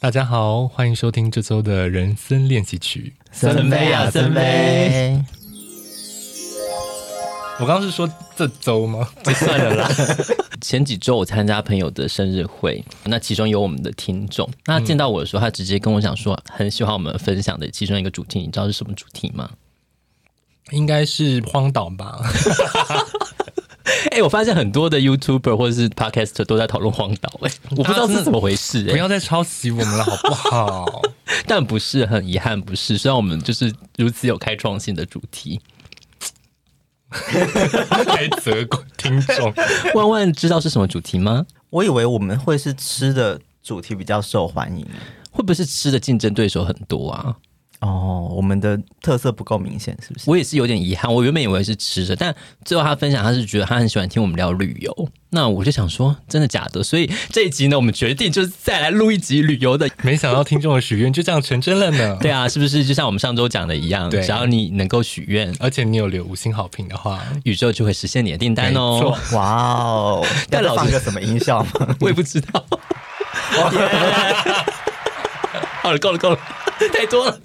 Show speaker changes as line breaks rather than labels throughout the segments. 大家好，欢迎收听这周的人生练习曲。
森杯啊森杯！
我刚刚是说这周吗？
算了啦，
前几周我参加朋友的生日会，那其中有我们的听众，那他见到我的时候，他直接跟我讲说，很喜欢我们分享的其中一个主题，你知道是什么主题吗？
应该是荒岛 吧？
哎、我发现很多的 YouTuber 或者是 Podcaster 都在讨论荒岛、哎， 我不知道是怎么回事、
不
哎，
要再抄袭我们了，好不 好？
但不是很遗憾，不是，虽然我们就是如此有开创性的主题，
还责怪听众。
万万知道是什么主题吗？
我以为我们会是吃的主题比较受欢迎
会不会是吃的竞争对手很多啊？
哦，我们的特色不够明显，是不是？
我也是有点遗憾，我原本以为是吃的，但最后他分享他是觉得他很喜欢听我们聊旅游，那我就想说真的假的？所以这一集呢，我们决定就是再来录一集旅游的。
没想到听众的许愿就这样成真了呢。
对啊，是不是就像我们上周讲的一样？
对
只要你能够许愿，
而且你有留五星好评的话，
宇宙就会实现你的订单
没
哦
错。
哇哦，要
但老
再
师
放个什么音 效吗？
我也不知道。好了，够了，够了，太多了。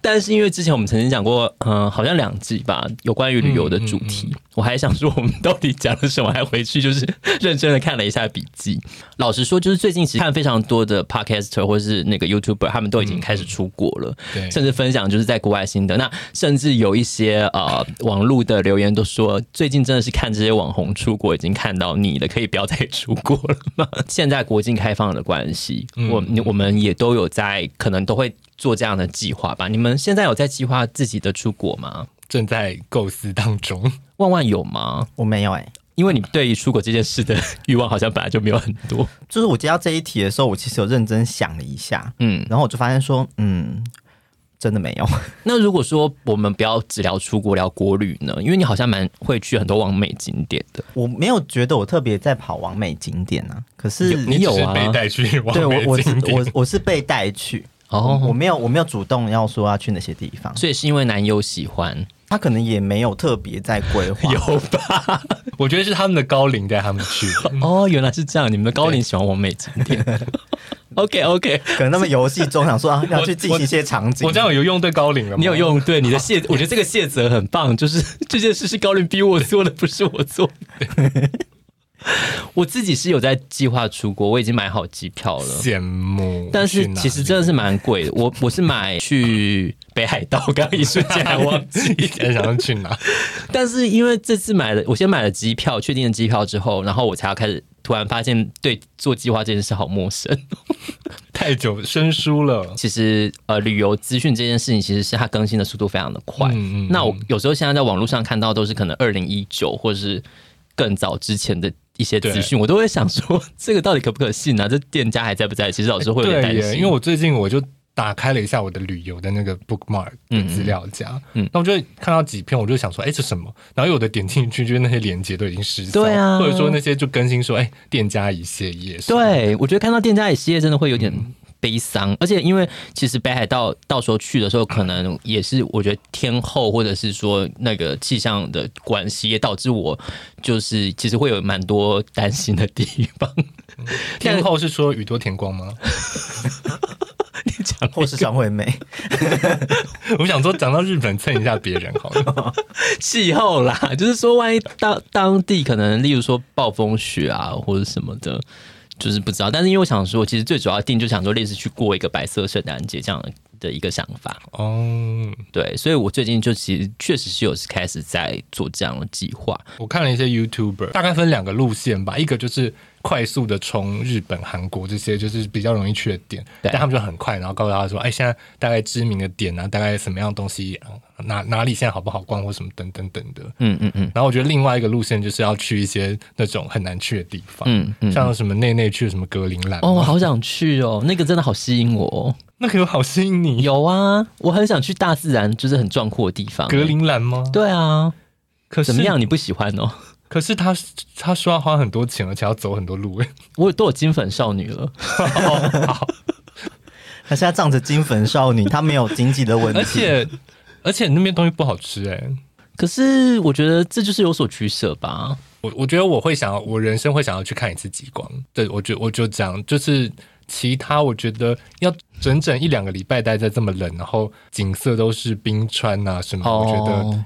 但是因为之前我们曾经讲过，嗯、好像两季吧，有关于旅游的主题，我还想说我们到底讲了什么，还回去就是认真的看了一下笔记。老实说，就是最近其实看非常多的 podcaster 或是那个 YouTuber，他们都已经开始出国了，
对
甚至分享就是在国外心得。那甚至有一些呃网络的留言都说，最近真的是看这些网红出国已经看到腻了，可以不要再出国了吗？ 现在国境开放的关系，我你我们也都有在，可能都会做这样的计划吧。你们现在有在计划自己的出国吗？
正在构思当中。
万万有欸吗？
我没有哎、
因为你对于出国这件事的欲望好像本来就没有很多。
就是我接到这一题的时候，我其实有认真想了一下，
嗯，
然后我就发现说，嗯，真的没 有。
那如果说我们不要只聊出国，聊国旅呢？因为你好像蛮会去很多完美景点的。
我没有觉得我特别在跑完美景点啊，可是
你有啊
只是被带去往
对我
北
我是
京
我我是被带去，
哦
我没有我没有主动要说要去哪些地方，
所以是因为男友喜欢，
他可能也没有特别在规 划，
有吧？
我觉得是他们的高龄带他们 去的。
哦，原来是这样，你们的高龄喜欢完美景 点。OK OK，
可能那么游戏中想说啊要去进行一些场景，
我这样有用对高龄了吗？
你有用对你的谢，我觉得这个谢责很棒，就是 这件事是高龄逼我做的，不是我做的。 我自己是有在计划出国，我已经买好机票了。
羡慕，
但
去
是
哪
其 实真的是蛮贵的，我我是买去北海道，刚刚一瞬间还忘 记。
里很想要去哪？
但是因为这次买了，我先买了机票，确定了机票之后，然后我才要开始突然发现对做计划这件事好陌生。
太久生疏了，
其实呃，旅游资讯这件事情，其实是它更新的速度非常的快。
嗯嗯
那我有时候现在在网络上看到都是可能二零一九或者是更早之前的一些资讯，我都会想说这个到底可不可信啊？这店家还在不在？其实老师会有点
对
担
耶，
心，
因为我最近我就打开了一下我的旅游的那个 bookmark 的资料夹，
嗯嗯嗯
那我就看到几篇，我就想说，哎，这什么？然后有的点进去，就是那些链接都已经失效，
对啊
或者说那些就更新说，哎，店家已歇业，，
对我觉得看到店家也歇业，真的会有点。
嗯
悲伤，而且因为其实北海道到时候去的时候，可能也是我觉得天后或者是说那个气象的关系，也导致我就是其实会有蛮多担心的地方。
嗯 天后是说宇多田光吗？
你讲
或是张惠妹，
我想说讲到日本蹭一下别人好 了，
气候啦， 就是说，万一当当地可能，例如说暴风雪啊，或者什么的，就是不知道。但是因为我想说，其实最主要的定就想说，类似去过一个白色圣诞节这样的一个想法。
哦。
对，所以我最近就其实确实是有开始在做这样的计划。
我看了一些 YouTuber，大概分两个路线吧，一个就是快速的冲日本、韩国这些，就是比较容易去的点，
对
但他们就很快，然后告诉大家说，哎，现在大概知名的点啊，大概什么样的东西，啊哪哪里现在好不好逛，或什么等等等的。
嗯嗯嗯
然后我觉得另外一个路线就是要去一些那种很难去的地方，
嗯嗯。
像什么内内去什么格陵兰，
哦，我好想去哦，那个真的好吸引我哦。
那个有好吸引你，
有啊，我很想去大自然，就是很壮阔的地方。
格陵兰吗？
对啊，
可是
怎么？样？你不喜欢哦？
可是他他说要花很多钱，而且要走很多路， 哎
我有都有金粉少女了。
她现在仗着金粉少女，她没有经济的问题，
而且而且那边东西不好吃，哎。
可是我觉得这就是有所取舍吧。
我我觉得我会想要，我人生会想要去看一次极光。对，我觉我就这样，就是其他我觉得要整整一两个礼拜待在这么冷，然后景色都是冰川啊
嗯
什么，我觉得
哦，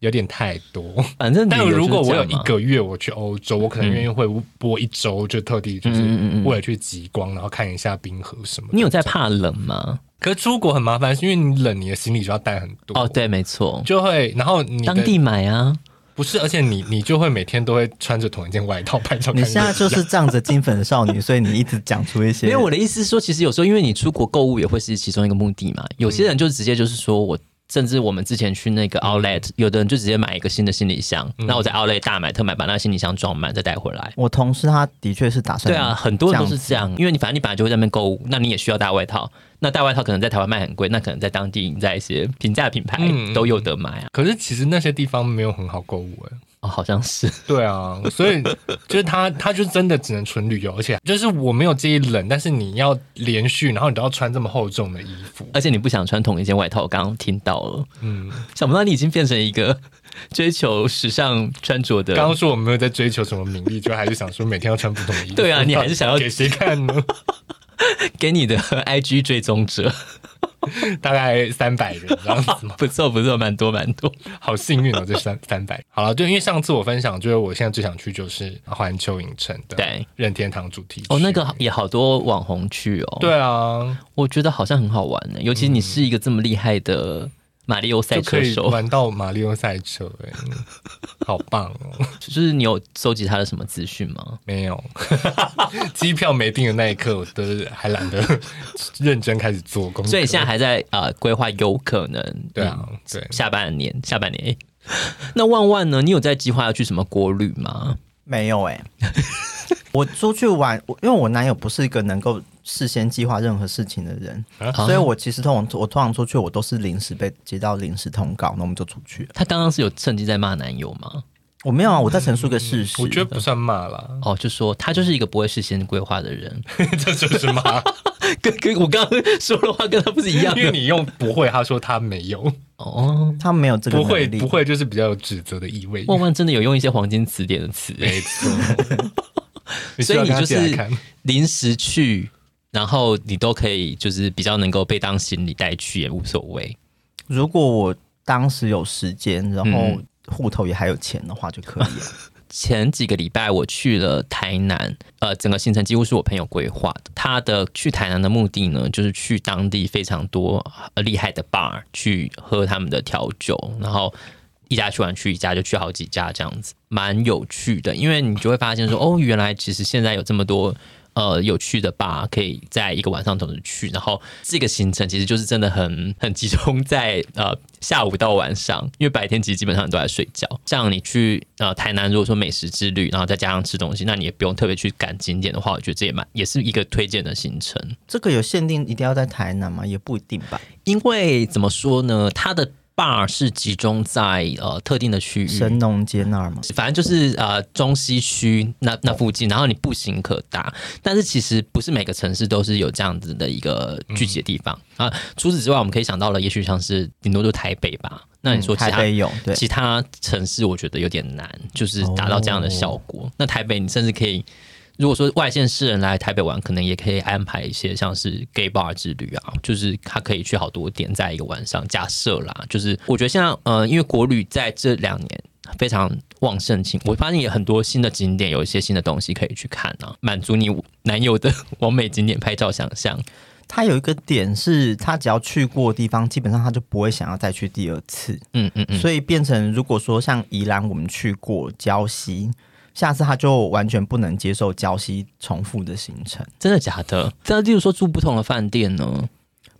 有点太多。
反正
但
旅游
如果
就是
我
这
有
样
一
嘛
个月我去欧洲，我可能愿意会播一周，就特地就是
嗯嗯嗯嗯
为了去极光，然后看一下冰河什么的。
你有在怕冷吗？
可是出国很麻烦，是因为你冷，你的行李就要带很多。
哦，，对，没错，
就会然后你的
当地买啊，
不是，而且你你就会每天都会穿着同一件外套拍照。
你 现在就是仗着金粉少女，所以你一直讲出一些。
没有，我的意思是说，其实有时候因为你出国购物也会是其中一个目的嘛。有些人就直接就是说我，甚至我们之前去那个 Outlet，、有的人就直接买一个新的行李箱，那、我在 Outlet 大买特买，把那个行李箱装满再带回来。
我同事他的确是打算
对啊，很多人都是
子
这样，因为你反正你本来就会在那边购物，那你也需要大外套。那大外套可能在台湾卖很贵，那可能在当地你在一些平价品牌
嗯
都有得买啊。
可是其实那些地方没有很好购物哎、
哦，好像是，
对啊，所以就是他，他就真的只能纯旅游，而且就是我没有介意冷，但是你要连续，然后你都要穿这么厚重的衣服，
而且你不想穿同一件外套，我刚刚听到了，
嗯，
想不到你已经变成一个 追求时尚穿着的。
刚刚说我没有在追求什么名利，就还是想说每天要穿不同的衣服。
对啊你 还是想要
给谁看呢？
给你的 IG 追踪者，
大概三百人这样子嘛，
不错不错，蛮多蛮多。
好幸运哦，这三三百。好了，对，因为上次我分享，就是我现在最想去就是环球影城的
对，
任天堂主题曲
哦，那个也好多网红去哦。，
对啊，
我觉得好像很好玩呢，尤其你是一个这么厉害的马里奥赛
就可
车
以
手，
玩到马里奥赛车、欸，好棒哦。
就是你有搜集他的什么资讯吗？
没有， 机票没订的那一刻，我都是还懒得认真开始做功课。
所以现在还在呃规划，有可能
对啊，对
嗯，下半年下半年。 诶那万万呢？你有在计划要去什么国旅吗？
没有哎、 我出去玩，我因为我男友不是一个能够事先计划任何事情的人，
啊
所以我其实通常我通常出去，我都是临时被接到临时通告，那我们就出去了。
她刚刚是有趁机在骂男友吗？
我没有啊，我在陈述个事
嗯
实。
我觉得不算骂 啦，
哦，就说他就是一个不会事先规划的人，
这就是骂，
跟跟我刚刚说的话跟他不是一样
因为
的。
你用不会，他说他没有，
哦，
他没有这个
不
能
会
力
不会就是比较有指责的意味。
万万真的有用一些黄金词典的词，
没错，
所以你
需
就
要跟他借来
是
看
临时去，然后你都可以就是比较能够被当行李带去也无所谓。
如果我当时有时间，然后
嗯
户头也还有钱的话，就可以了。
前几个礼拜我去了台南，呃，整个行程几乎是我朋友规划的。他的去台南的目的呢，就是去当地非常多呃厉害的 bar 去喝他们的调酒，然后一家去完去一家就去好几家这样子，蛮有趣的。因为你就会发现说，哦，原来其实现在有这么多。呃，有趣的 bar 可以在一个晚上同时去，然后这个行程其实就是真的很很集中在呃下午到晚上，因为白天其实基本上你都在睡觉。像你去呃台南，如果说美食之旅，然后再加呃上吃东西，那你也不用特别去赶景点的话，我觉得这也蛮也是一个推荐的行程。
这个有限定，一定要在台南吗？也不一定吧。
因为怎么说呢，它的 bar 是集中在呃特定的区域，
神农街那儿吗？
反正就是呃中西区那那附近，然后你步行可达。但是其实不是每个城市都是有这样子的一个聚集的地方、啊。除此之外，我们可以想到了，也许像是顶多就台北吧。那你说其
嗯台
他、
北有对，
其他城市，我觉得有点难，就是达到这样的效果。那台北你甚至可以。如果说外县市人来台北玩，可能也可以安排一些像是 gay bar 之旅啊，就是他可以去好多点，在一个晚上。假设啦，就是我觉得现在，呃，因为国旅在这两年非常旺盛期，我发现也很多新的景点，有一些新的东西可以去看啊，满足你男友的 完美景点拍照想象。
他有一个点是，他只要去过的地方，基本上他就不会想要再去第二次。
嗯嗯嗯，
所以变成，如果说像宜兰，我们去过礁溪，下次他就完全不能接受礁溪重复的行程，
真的假的？那例如说住不同的饭店呢？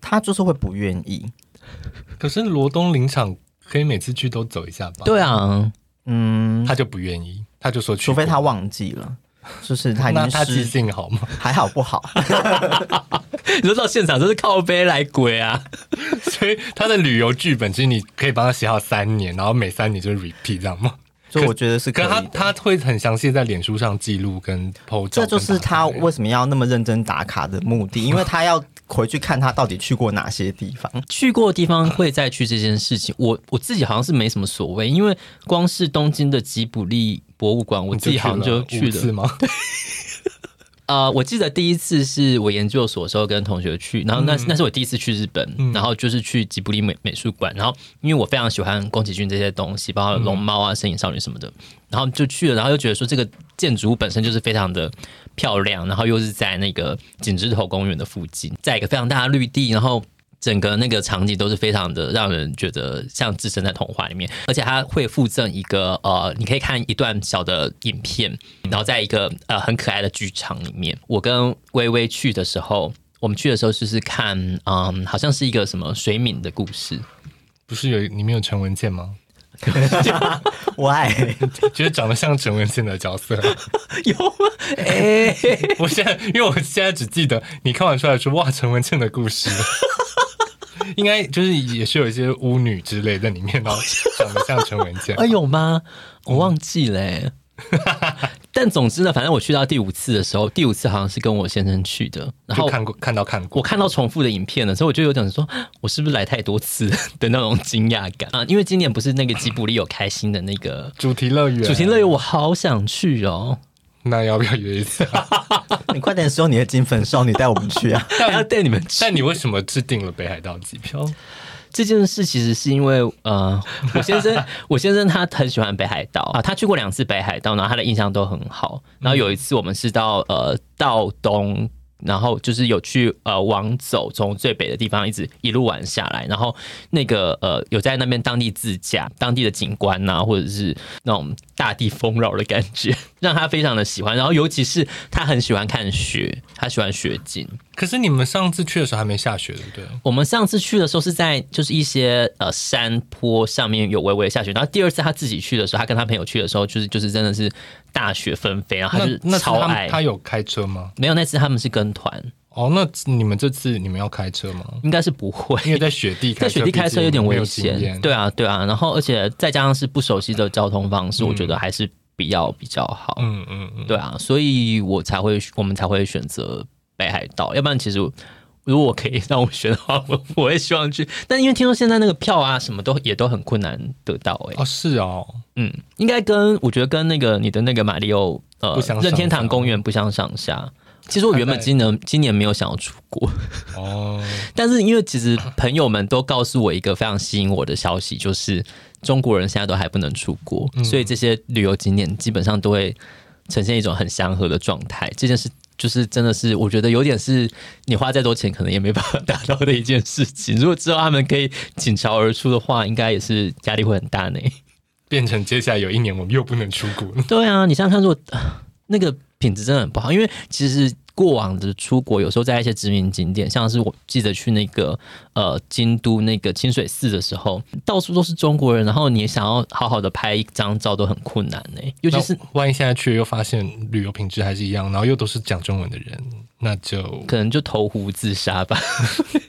他就是会不愿意。
可是罗东林场可以每次去都走一下吧？，
对啊，
嗯，
他就不愿意，他就说去
除
过，
非他忘记了，就是他已
那
经
他记
失
性好吗？
还好不好？
你说到现场就是靠背来鬼啊！
所以他的旅游剧本，其实你可以帮他写好三年，然后每三年就 repeat 这样吗？
所以我觉得是可
可是
以
他
的。
他会很详细在脸书上记录跟 PO 照跟打卡，
这就是他为什么要那么认真打卡的目的，因为他要回去看他到底去过哪些地 方。
去过的地方会再去这件事情，我我自己好像是没什么所谓，因为光是东京的吉卜力博物馆，我
你
自己好像就
去
去
了五次
了。
吗？
呃，我记得第一次是我研究所的时候跟同学去，然后那、那是我第一次去日本，然后就是去吉卜力美美术馆，然后因为我非常喜欢宫崎骏这些东西，包括龙猫啊、身影少女什么的，然后就去了，然后又觉得说这个建筑物本身就是非常的漂亮，然后又是在那个景之头公园的附近，在一个非常大的绿地，然后。整个那个场景都是非常的让人觉得像置身在童话里面，而且它会附赠一个呃，你可以看一段小的影片，然后在一个呃很可爱的剧场里面。我跟微微去的时候，我们去的时候就是看，嗯，好像是一个什么水敏的故事，
不是有里面有陈文健吗？
我爱
觉得长得像陈文健的角 色，
有吗？哎、
我现在因为我现在只记得你看完出来说哇陈文健的故事， 应该就是也是有一些巫女之类在里面，然后长得像陈文健
哎，。有吗？我忘记了、欸。 但总之呢，反正我去到第五次的时候，第五次好像是跟我先生去的，然
就
后
看过看到看过，
我看到重复的影片了，所以我就有点说， 我是不是来太多次 的那种惊讶感啊？因为今年不是那个吉卜力有开新的那个
主题乐园，
主题乐园，我好想去哦，
那要不要约一次、啊？
你，快点使用你的金粉少女带我们去啊！
还要带你们去。
但你为什么制定了北海道机票？
这件事其实是因为呃，我先生，我先生他很喜欢北海道啊，他去过两次北海道，然后他的印象都很好。然后有一次我们是到呃道东。然后就是有去呃往走，从最北的地方一直一路玩下来，然后那个呃有在那边当地自驾，当地的景观呐、或者是那种大地丰饶的感觉， 让他非常的喜欢。然后尤其是他很喜欢看雪，他喜欢雪景，
可是你们上次去的时候还没下雪，对不对？
我们上次去的时候是在就是一些呃山坡上面有微微下雪，然后第二次他自己去的时候，他跟他朋友去的时候，就是就是真的是大雪纷飞，然后他就
那那
是
次他
超
们
爱。
他有开车吗？
没有那次他们是跟团，
哦，那你们这次你们要开车 吗？
应该是不会。
因为在雪地开车，
在雪地开车有点危险，
对，
对啊，对啊，然后而且再加上是不熟悉的交通方式，我觉得还是比较比较好，
嗯嗯嗯，
对啊，所以我才会我们才会选择北海道，要不然其实如果我可以 让我选的话，我我会希望去，但因为听说现在那个票啊什么都也都很困难得到、欸，
哦是哦，
嗯，应该跟我觉得跟那个你的那个马里奥呃
不相上下啊
任天堂公园不相上下。其实我原本今年今年没有想要出国，
哦，
但是因为其实朋友们都告诉我一个非常吸引我的消息，就是中国人现在都还不能出国，所以这些旅游景点基本上都会呈现一种很祥和的状态。这件事就是真的是我觉得有点是你花再多钱可能也没办法达到的一件事情。如果之后他们可以倾巢而出的话，应该也是压力会很大呢。
变成接下来有一年我们又不能出 国了，
对啊，你想想看，如果啊那个品质真的很不好，因为其实过往的出国有时候在一些知名景点，像是我记得去那个呃京都那个清水寺的时候，到处都是中国人，然后你想要好好的拍一张照都很困难呢、尤其是
那万一现在去又发现旅游品质还是一样，然后又都是讲中文的人，那就
可能就投湖自杀 吧，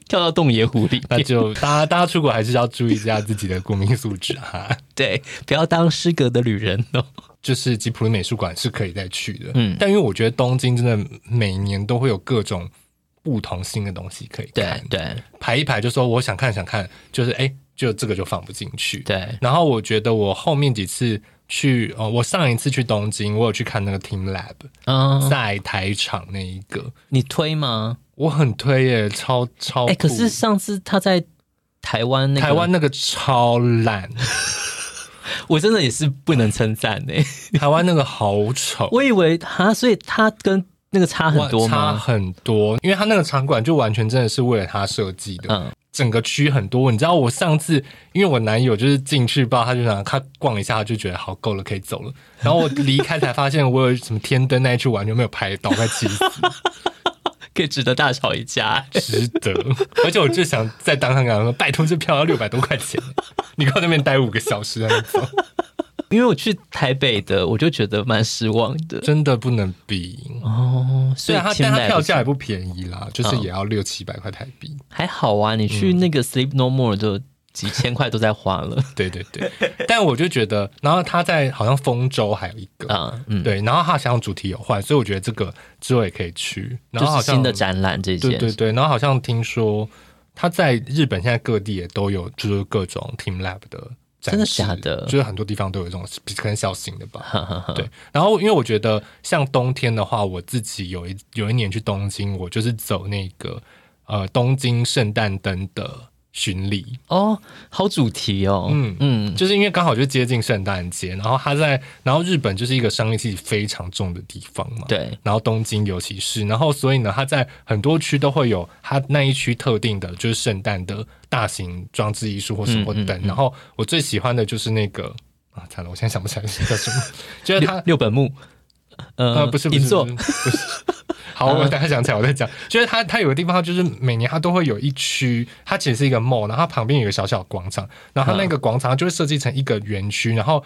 跳到洞爷湖里
那
面。
就大家大家出国还是要注意一下自己的国民素质啊哈。
对，不要当失格的旅人哦。
就是吉普力美术馆是可以再去的，
嗯
嗯，但因为我觉得东京真的每年都会有各种不同新的东西可以
对
看，
对
排一排就说我想看想看，就是哎、就这个就放不进去。
对，
然后我觉得我后面几次去，呃，我上一次去东京，我有去看那个 Team Lab
嗯，
在台场那一个，
你推吗？
我很推耶，超超酷。
哎、可是上次他在台湾那个，
台湾那个超 烂，
我真的也是不能称赞欸呢。
台湾那个好丑。
我以为哈，所以它跟那个差很多
差
吗？
很多，因为它那个场馆就完全真的是为了它设计的。
嗯，
整个区很多。你知道我上次，因为我男友就是进去吧，他就想他逛一下，他就觉得好够了，可以走 了。然后我离开才发现，我有什么天灯那一区完全没有拍到，快气死，
可以值得大吵一架。
值得。而且我就想在当场跟他说，拜托，这票要六百多块 钱，你给我那边待五个小时在那边走，
因为我去台北的，我就觉得蛮失望的。
真的不能比。
哦，所
对
以
啊，他
青
但他
睐
票
不是嗯
价也不便宜啦，就是也要六七百块台币。
还好啊，你去那个 Sleep No More
嗯
就几千块都在花了。
对对对， 但我就觉得，然后他在好像丰州还有一个，
啊，嗯，
对，然后他想主题有换，所以我觉得这个之后也可以去。然
就
后好
是
像
新的展览这
对
些。
对对，然后好像听说他在日本现在各地也都有就是各种 Team Lab 的展
真的
示
假的嗯
就是很多地方都有这种，可能小型的吧。
哈哈哈。
对，然后因为我觉得像冬天的话，我自己有一有一年去东京，我就是走那个呃东京圣诞灯的巡礼，
哦，好主题哦，
嗯
嗯，
就是因为刚好就接近圣诞节，然后它在，然后日本就是一个商业气息非常重的地方嘛，。
对，
然后东京尤其是，然后所以呢，它在很多区都会有它那一区特定的，就是圣诞的大型装置艺术或什么
嗯嗯
等。然后我最喜欢的就是那个啊，惨了，我现在想不起来是叫什么， 就是它
六六本木，
呃，不是不
银
是
座
不是 不是。好，我等下想起来我再讲。就是它，它有个地方，就是每年它都会有一区，它其实是一个 mall，然后它旁边有个小小的广场，然后它那个广场就会设计成一个园区。然后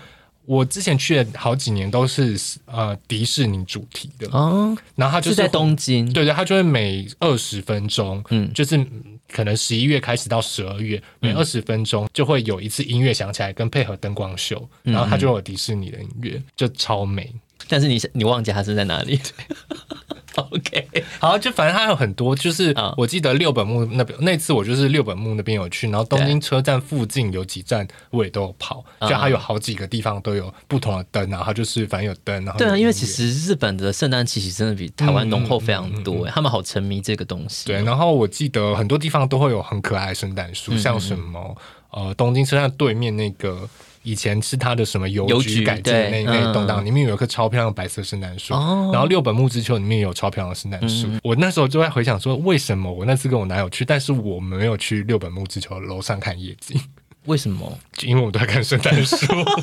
我之前去的好几年都是呃迪士尼主题的，
哦，
然后它就是是
在东京，
对对，它就会每二十分钟，
嗯
嗯，就是嗯可能十一月开始到十二月，每二十分钟就会有一次音乐响起来，跟配合灯光秀，然后它就有迪士尼的音乐，就超美。
但是你你忘记它是在哪里 ？OK，
好，就反正它有很多，就是
嗯
我记得六本木那边那次我就是六本木那边有去，然后东京车站附近有几站我也都有跑，
嗯
就它有好几个地方都有不同的灯，然后它就是反正有灯，然后有
对啊，因为其
音乐
实日本的圣诞气息真的比台湾浓厚非常
嗯
多、欸他们好沉迷这个东西。
对，然后我记得很多地方都会有很可爱的圣诞
嗯
树，像什么呃东京车站对面那个。以前是它的什么邮
邮局
局改建的
对
那那一
嗯
栋档，里面有一棵超漂亮的白色圣诞树，
哦嗯
然后六本木之丘里面也有超漂亮的圣诞树。我那时候就在回想说，为什么我那次跟我男友去，但是我们没有去六本木之丘楼上看夜景，
为什么？
就因为我们都在看圣诞 树。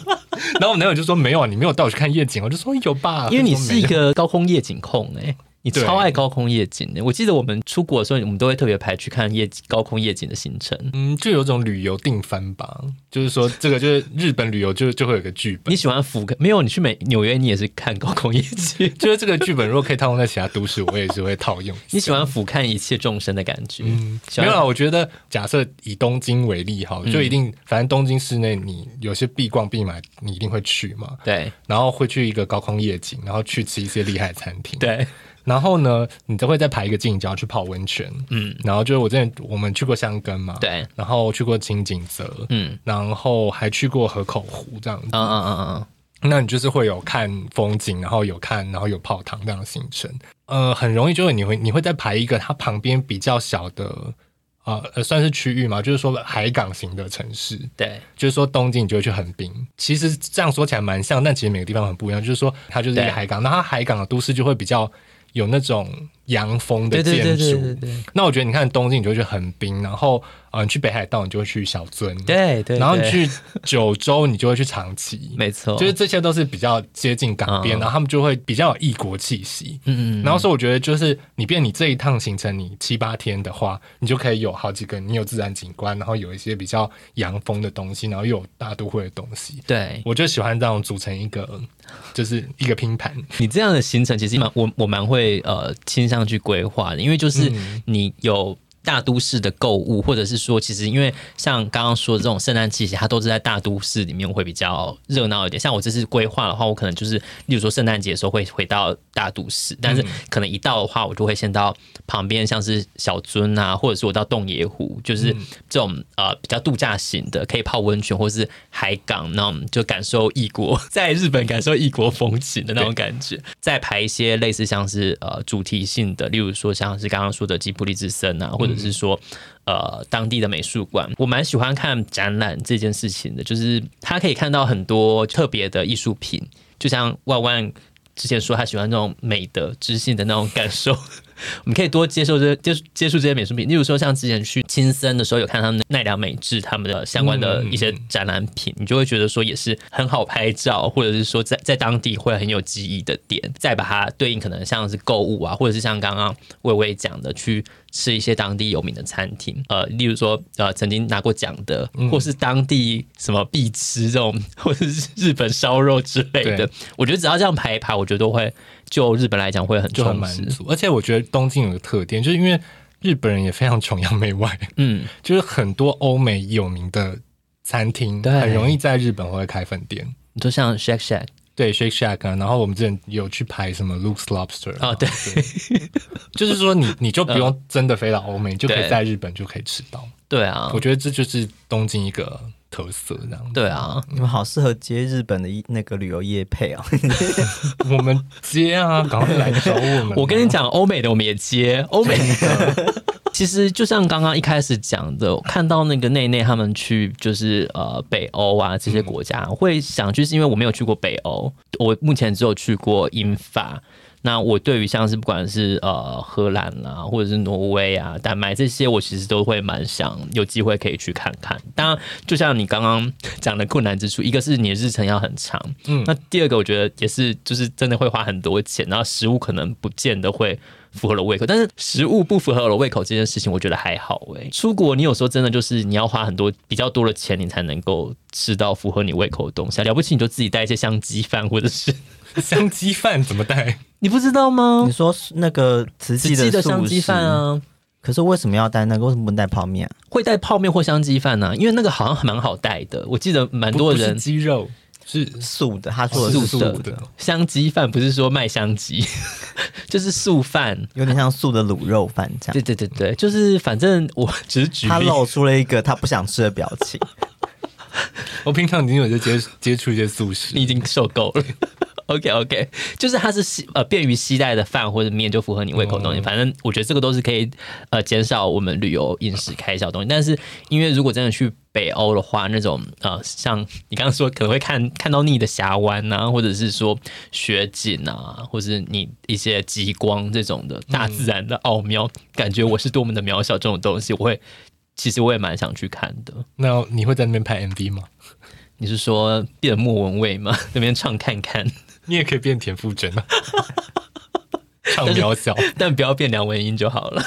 然后我男友就说没有啊，你没有带我去看夜景，我就说哎有吧，
因为你
他说
是
没
一
有
个高空夜景控哎、你
啊对
超爱高空夜景的、我记得我们出国的时候，我们都会特别排去看夜景高空夜景的行程。
嗯，就有种旅游定番吧，就是说这个就是日本旅游就就会有个剧本，
你喜欢俯瞰？没有，你去美纽约，你也是看高空 夜景。
就是这个剧本如果可以套用在其他都市，我也是会套用。
你喜欢俯瞰一切众生的感觉？
嗯，
喜
没
欢
有啊，我觉得假设以东京为例哈，
嗯
就一定反正东京市内你有些必逛必买，你一定会去嘛，
对
然后会去一个高空夜景，然后去吃一些厉害的餐厅，
对，
然后呢，你都会再排一个近郊去泡温泉，
嗯
然后就是我之前我们去过箱根嘛，
对，
然后去过青井泽，
嗯
然后还去过河口湖这样子
嗯，嗯嗯嗯
那你就是会有看风景，然后有看，然后有泡汤这样的行程。呃，很容易就会你会你会再排一个它旁边比较小的。呃呃，算是区域嘛，就是说海港型的城市，
嗯，对
就是说东京你就会去横滨。其实这样说起来蛮像，但其实每个地方很不一样。就是说它就是一
对
个海港，那它海港的都市就会比较有那种洋风的
对对
建
对对对
筑。
对
那我觉得你看东京你就会去横滨，然后呃你去北海道你就会去小樽，
对对，
然后你
对
去九州你就会去长崎，
没错，
就是这些都是比较接近港边，
哦嗯
然后他们就会比较有异国气息。
嗯嗯嗯，
然后所以我觉得，就是你变你这一趟行程，你七八天的话，你就可以有好几个，你有自然景观，然后有一些比较洋风的东西，然后又有大都会的东西。
对
我就喜欢这样组成一个，嗯就是一个拼盘。
你这样的行程，其实蛮我我蛮会呃倾向去规划的，因为就是你有。大都市的购物，或者是说，其实因为像刚刚说的这种圣诞气息，它都是在大都市里面会比较热闹一点。像我这次规划的话，我可能就是，例如说圣诞节的时候会回到大都市，但是可能一到的话，我就会先到旁边像是小樽啊，或者是我到洞爷湖，就是这种呃比较度假型的，可以泡温泉或是海港那种，就感受异国 在日本感受异国风情的那种感觉。再排一些类似像是呃主题性的，例如说像是刚刚说的吉卜力之森啊，或者是说。呃，当地的美术馆，我蛮喜欢看展览这件事情的，就是他可以看到很多特别的艺术品，就像万万之前说他喜欢那种美的、知性的那种感受， 我们可以多接受这接接触这些美术品，例如说像之前去青森的时候，有看他们的奈良美智他们的相关的一些展览品，你就会觉得说也是很好拍照，或者是说在在当地会很有记忆的点，再把它对应可能像是购物啊，或者是像刚刚薇薇讲的去吃一些当地有名的餐厅，呃，例如说呃曾经拿过奖的，或是当地什么必吃这种，或者是日本烧肉之类的
对，
我觉得只要这样排一排，我觉得都会就日本来讲会很
就很
充
满
实，
足。而且我觉得东京有个特点，就是因为日本人也非常崇洋媚外，
嗯，
就是很多欧美有名的餐厅，
对
很容易在日本会开分店。
你就像 Shake Shack。
对 Shake Shack 啊，然后我们之前有去拍什么 Luke's Lobster 啊
哦对， 嗯
就是说你你就不用真的飞到欧美，你就可
对
以在日本就可以吃到。
对啊
我，觉得这就是东京一个特色这样。
对啊，
你们好适合接日本的一那个旅游业配哦。
我们接啊，赶快来找我们。啊
我跟你，讲，欧美的我们也接，欧美的。其实就像刚刚一开始讲的，我看到那个内内他们去就是呃北欧啊这些国家，会想去是因为我没有去过北欧，我目前只有去过英法。那我对于像是不管是呃荷兰啊，或者是挪威啊、丹麦这些，我其实都会蛮想有机会可以去看看。当然，就像你刚刚讲的困难之处，一个是你的日程要很长，
嗯
那第二个我觉得也是就是真的会花很多钱，然后食物可能不见得会。符合了胃口，但是食物不符合我的胃口这件事情，我觉得还好诶、出国你有时候真的就是你要花很多比较多的钱，你才能够吃到符合你胃口的东西啊。了不起你就自己带一些香鸡饭，或者是
香鸡饭怎么带？
你不知道吗
你？说那个慈
只
济
记得
的
香
素
鸡
食
饭，啊，
可是为什么要带那个？为什么不能带泡面啊？
会带泡面或香鸡饭啊，因为那个好像蛮好带的。我记得蛮
不
多
不是
人
鸡肉是
素的，他说的
素
是
的
素
素的
的，
香鸡饭，不是说卖香鸡， 就是素饭。
有点像素的卤肉饭这
对
样。
对对对，就是反正我只是举
他
例。
露出了一个他不想吃的表情。
我平常已经有在接接触一些素食，
你已经受够了。OK OK，就是它是吸呃便于携带的饭或者面就符合你胃口的东西，反正我觉得这个都是可以呃减少我们旅游饮食开销的东西。但是因为如果真的去北欧的话，那种呃像你刚刚说可能会看看到腻的峡湾啊，或者是说雪景啊，或是你一些极光这种的大自然的奥妙，感觉我是多么的渺小这种东西，我会其实我也蛮想去看的。
那你会在那边拍 MV 吗？
你是说变得莫文蔚吗？ 那边唱看看。
你也可以变田馥甄 啊，唱渺小，
但不要变梁文音就好了。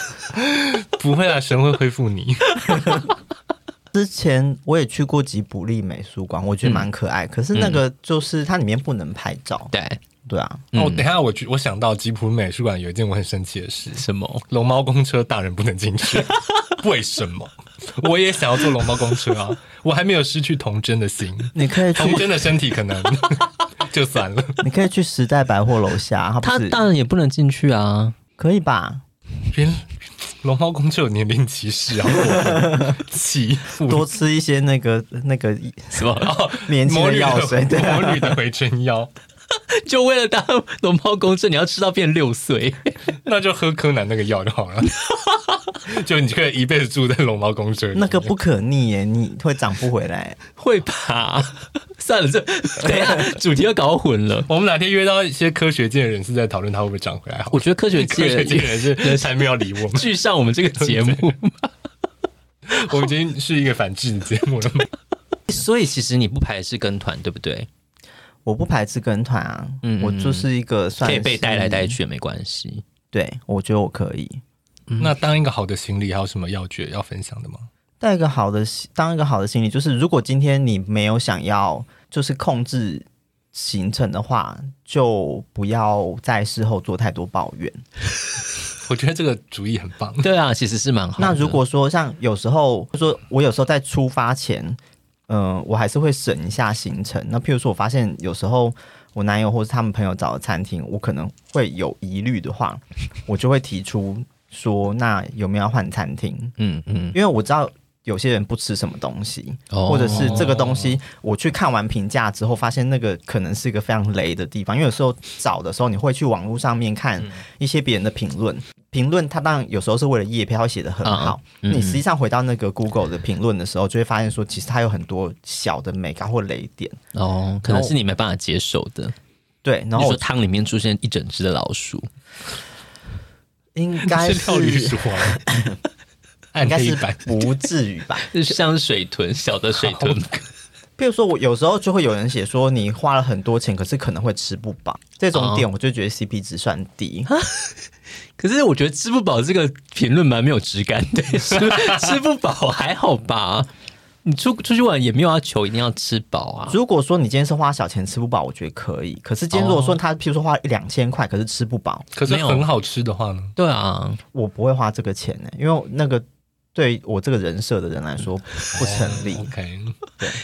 不会啊，神会恢复你。
之前我也去过吉卜力美术馆，我觉得蛮可爱。可是那个就是它里面不能拍照，
嗯对，
对啊，
哦，等一下我去，我想到吉普美术馆有一件我很生气的事，
什么？
龙猫公车大人不能进 去，为什么？ 我也想要坐龙猫公车啊，我还没有失去童真的心，
你可以去，
童真的身体可能 就算了。
你可以去时代百货楼下，它
他
不是
当然也不能进去啊。
可以吧？
原龙猫公车有年龄歧视啊， 我气负
多吃一些那个那个
什么？
年轻
魔
的
女
药水，对啊，
魔女的回春药，
就为了当龙猫公正，你要吃到变六岁？
那就喝柯南那个药就 好了。就你可以一辈子住在龙猫公车里面，
那个不可逆耶，你会长不回来。
会吧？算了，这等一下主题又搞混了。
我们哪天约到一些科学界的人士在讨论它会不会长回来好了？
我觉得科学
科学界的
界
人士才没有理我们，
拒上我们这个节目，
我们已经是一个反制的节目了。
所以其实你不排斥跟团，对不对？
我不排斥跟团啊，
嗯
我就是一个算
可
是
以被带来带，去也没关系。
对我觉得我可以
那当一个好的行李还有什么要诀要分享的吗？
带一个好的当一个好的心理，就是如果今天你没有想要就是控制行程的话，就不要在事后做太多抱怨。
我觉得这个主意很棒。
对啊，其实是蛮好的。
那如果说像有时候，就说我有时候在出发前，嗯、我还是会省一下行程。那譬如说我发现有时候我男友或是他们朋友找的餐厅，我可能会有疑虑的话，我就会提出说，那有没有要换餐厅？
嗯嗯，
因为我知道。有些人不吃什么东西，
哦
或者是这个东西，我去看完评价之后，发现那个可能是一个非常雷的地方。因为有时候找的时候，你会去网络上面看一些别人的评论，评论它当然有时候是为了业配，它会写的很好。
嗯嗯
你实际上回到那个 Google 的评论的时候，就会发现说，其实它有很多小的美感或雷点。
哦，可能是你没办法接受的。
对，然
你
后
说
我
汤里面出现一整只的老鼠，
应该
是料理
是
鼠 王，暗
应该
黑
是
版。
不至于吧？
就是 像水豚，小的水豚。
譬如说，我有时候就会有人写说，你花了很多钱，可是可能会吃不饱，这种点我就觉得 CP 值算低。
可是我觉得吃不饱这个评论蛮没有质感的，吃吃不饱还好吧？你出出去玩也没有要求一定要吃饱啊。
如果说你今天是花小钱吃不饱，我觉得可以。可是今天如果说他，譬如说花一两千块，可是吃不饱，
可是
没有
很好吃的话呢？
对啊，
我不会花这个钱呢、因为那个
嗯
对我这个人设的人来说不成立。
OK，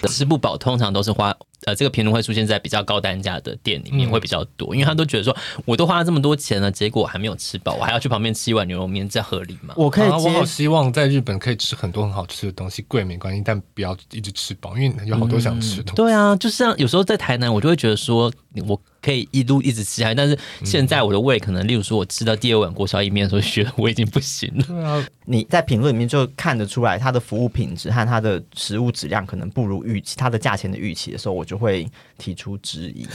吃不饱通常都是花呃，这个评论会出现在比较高单价的店里面
嗯
会比较多，因为他都觉得说，我都花了这么多钱了，结果我还没有吃饱，我还要去旁边吃一碗牛肉面，这合理吗？
我可以
啊，我
接
好希望在日本可以吃很多很好吃的东西，贵没关系，但不要一直吃饱，因为有好嗯多想吃的东西。
对啊，就是像有时候在台南，我就会觉得说，我可以一路一直吃下去，但是现在我的胃可能，例如说我吃到第二碗锅烧意面的时候，觉得我已经不行了。
对啊，
你在评论里面就看得出来，它的服务品质和它的食物质量可能不如预期，它的价钱的预期的时候，我就会提出质疑。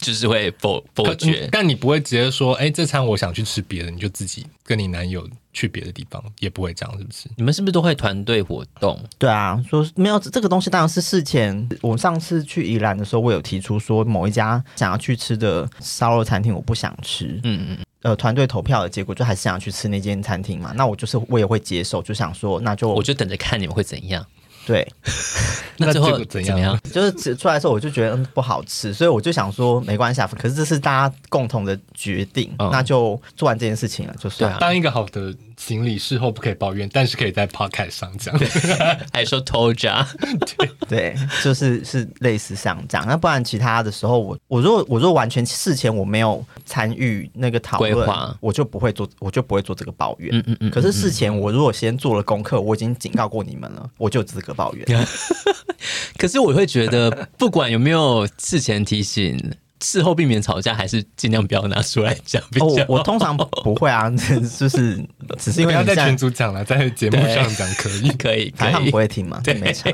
就是会否
可
否决
嗯。但你不会直接说，哎、这餐我想去吃别的，你就自己跟你男友去别的地方，也不会这样，是不是？
你们是不是都会团队活动？
对啊，说没有这个东西当然是事前。我上次去宜兰的时候，我有提出说某一家想要去吃的烧肉餐厅我不想吃，
嗯嗯，
呃，团队投票的结果就还是想要去吃那间餐厅嘛。那我就是我也会接受，就想说那就
我就等着看你们会怎 样。
对，
那
最
结
后
果怎
怎
样
样？
就是指出来的时候，我就觉得嗯不好吃，所以我就想说没关系啊，可是这是大家共同的决定，
嗯啊
那就做完这件事情了，就算了。
当一个好的行李事后不可以抱怨，但是可以在 podcast 上讲。
还说偷啊家？
对，就是是类似像这样。那不然其他的时候我，我如果我如果完全事前我没有参与那个讨
规
论
划，
我就不会做，我就不会做这个抱怨。
嗯嗯嗯。
可是事前我如果先做了功课，我已经警告过你们了，我就有资格抱怨。 哦
可是我会觉得，不管有没有事前提醒，事后避免吵架，还是尽量不要拿出来讲比
哦
较，好。
我 通常不会啊， 就是只是因
不
为
要
你
在
现在
群组讲了，在节目上讲可以。
可以可
反正他们
以
不，会听嘛，没 差。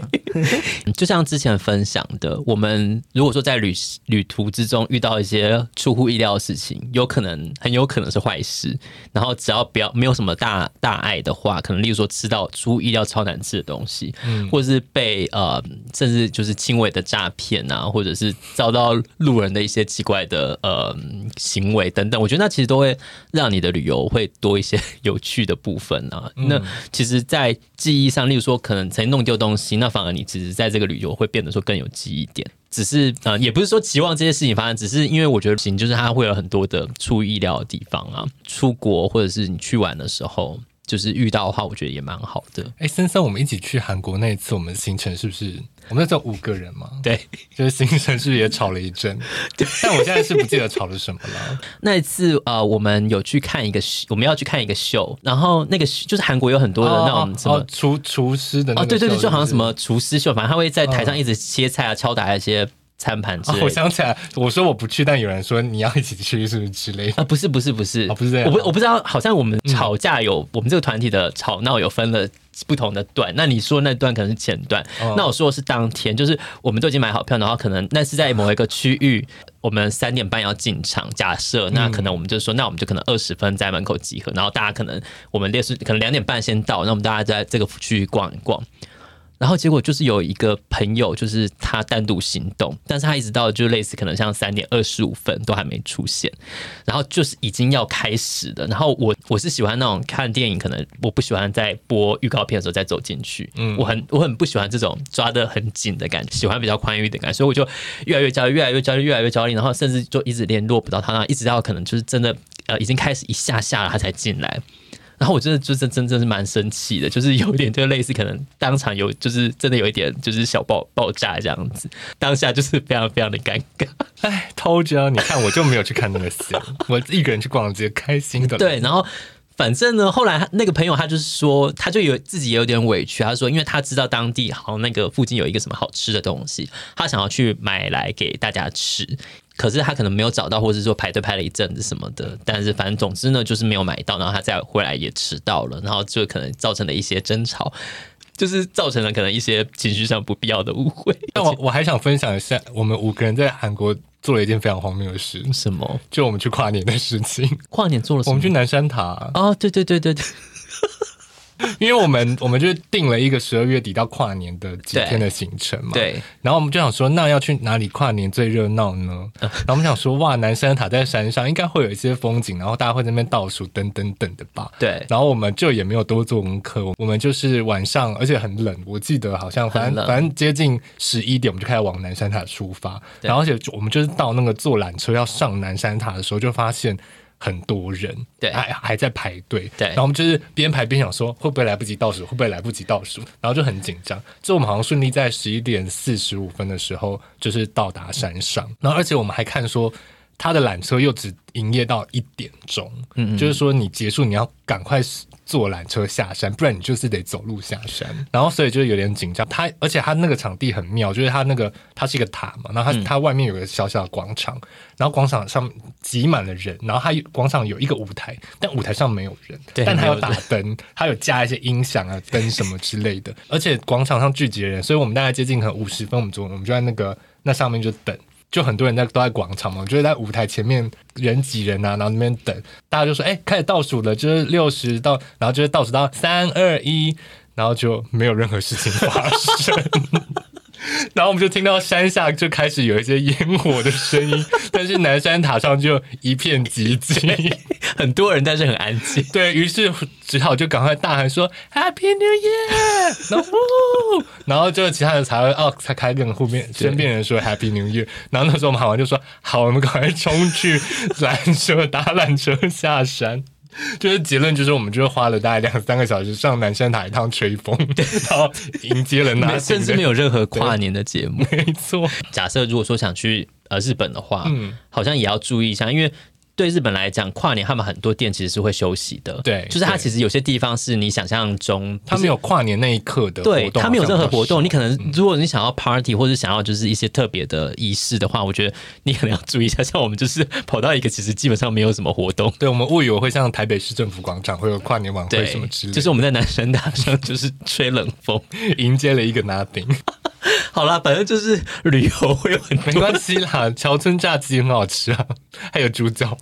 就像之前分享的，我们如果说在旅旅途之中遇到一些出乎意料的事情，有可能很有可能是坏事。然后只要不要没有什么大大碍的话，可能例如说吃到出乎意料超难吃的东西，或者是被呃甚至就是轻微的诈骗啊，或者是遭到路人的一些奇怪的呃行为等等，我觉得那其实都会让你的旅游会多一些 有趣的部分啊。那
嗯
其实，在记忆上，例如说可能曾经弄丢东西，那反而你其实在这个旅游会变得说更有记忆点。只是呃，也不是说期望这些事情发生，只是因为我觉得行就是它会有很多的出乎意料的地方啊。出国或者是你去玩的时候，就是遇到的话，我觉得也蛮好的。
哎、森森，我们一起去韩国那一次，我们行程是不是？我们那时候五个人嘛，
对，
就是行程是不是也吵了一 阵？但我现在是不记得吵了什么了。
那一次呃，我们有去看一个秀，我们要去看一个秀，然后那个秀就是韩国有很多的那种什么。
哦厨厨师的那
哦，
个
对对对，
秀
就好像什
是不是嗯
么厨师秀，反正他会在台上一直切菜啊、敲打一些餐盘之
啊
类
我
的。
想起来，我说我不去，但有人说你要一起去，是不是之 类的？
啊，不是不是不是，
哦不是这样嗯
我不我不知道，好像我们吵架有、我们这个团体的吵闹有分了不同的段。那你说那段可能是前段，
哦
那我说的是当天，就是我们都已经买好票，然后可能那是在某一个区域，我们三点半要进场。假设那
嗯
可能我们就说，那我们就可能二十分在门口集合，然后大家可能我们列是可能两点半先到，那我们大家在这个区域逛一逛。然后结果就是有一个朋友，就是他单独行动，但是他一直到就类似可能像三点二十五分都还没出现，然后就是已经要开始了。然后我我是喜欢那种看电影，可能我不喜欢在播预告片的时候再走进去，嗯，我很我很不喜欢这种抓得很紧的感觉，喜欢比较宽裕的感觉，所以我就越来越焦虑，越来越焦虑，越来越焦虑，然后甚至就一直联络不到他，然后一直到可能就是真的呃已经开始一下下了，他才进来。然后我真的就是真真是蛮生气的，就是有点就类似可能当场有就是真的有一点就是小爆爆炸这样子，当下就是非常非常的尴尬。
哎，偷着你看，我就没有去看那个戏，我一个人去逛街，开心的。，
对，然后反正呢，后来他那个朋友他就是说，他就有自己也有点委屈，他说，因为他知道当地好像那个附近有一个什么好吃的东西，他想要去买来给大家吃。可是他可能没有找到，或者是说排队排了一阵子什么的，但是反正总之呢，就是没有买到，然后他再回来也迟到了，然后就可能造成了一些争吵，就是造成了可能一些情绪上不必要的误会。
但我我还想分享一下，我们五个人在韩国做了一件非常荒谬的事，
什么
就我们去跨年的事情。
跨年嗯 做了什
我
么？
们去南山塔，
哦，对对对对对，
因为我们 我们就定了一个十二月底到跨年的几天的行程嘛。。
对，
然后我们就想说，那要去哪里跨年最热闹 呢？然后我们想说，哇，南山塔在山上，应该会有一些风景，然后大家会在那边倒数等等等的吧。
对
然后我们就也没有多做功课，我们就是晚上，而且很冷，我记得好像反
很
正
冷
反正接近十一点，我们就开始往南山塔出发。
对
然后而且就我们就是到那个坐缆车要上南山塔的时候，就发现。很多人，
对
还还在排队，
对
然后我们就是边排边想说会不会来不及倒数，会不会来不及倒数，然后就很紧张。就我们好像顺利在十一点四十五分的时候就是到达山上，然后而且我们还看说。他的缆车又只营业到一点钟，就是说你结束你要赶快坐缆车下山，不然你就是得走路下山。然后所以就有点紧张。它而且它那个场地很妙，就是它那个它是一个塔嘛，然后它、它外面有个小小的广场，然后广场上挤满了人，然后它广场有一个舞台，但舞台上没有人，
对
但它
没
有
有
打灯，它有架一些音响啊、灯什么之类的，而且广场上聚集的人，所以我们大概接近可能五十分，我们就我们就在那个那上面就等。就很多人在都在广场嘛，我就是在舞台前面人挤人啊，然后那边等，大家就说：“哎、开始倒数了，就是六十到，然后就是倒数到三二一，然后就没有任何事情发 生。 然后我们就听到山下就开始有一些烟火的声音，但是南山塔上就一片寂静。
很多人，但是很安静。
对于是，只好就赶快大喊说 Happy New Year，然后 呜，然后就其他人才会哦，才开始跟后面身边人说 Happy New Year。然后那时候我们喊完就说好，我们赶快冲去缆车打缆车下山。 就是结论就是，我们就花了大概两三个小时上南山塔一趟吹 风，然后迎接了那，
甚至没有任何跨年的节 目。
没 错，
假设如果说想去呃日本的话，
嗯
好像也要注意一下，因为对日本来讲，跨年他们很多店其实是会休息的。
对
就是它
对
其实有些地方是你想象中
他
不
没
是
有跨年那一刻的活
对
动，
他没有任何活
好像嗯
动，你可能如果你想要 party 或者想要就是一些特别的仪式的话，我觉得你可能要注意一下。像我们就是跑到一个其实基本上没有什么活动，
对我们误以为会像台北市政府广场会有跨年晚会
对
什么之，类的，
就是我们在南山大上就是吹冷风。
迎接了一个 nothing，
好啦，反正就是旅游会有很
没
多
关系 啦。桥村炸鸡很好吃啊，还有猪脚，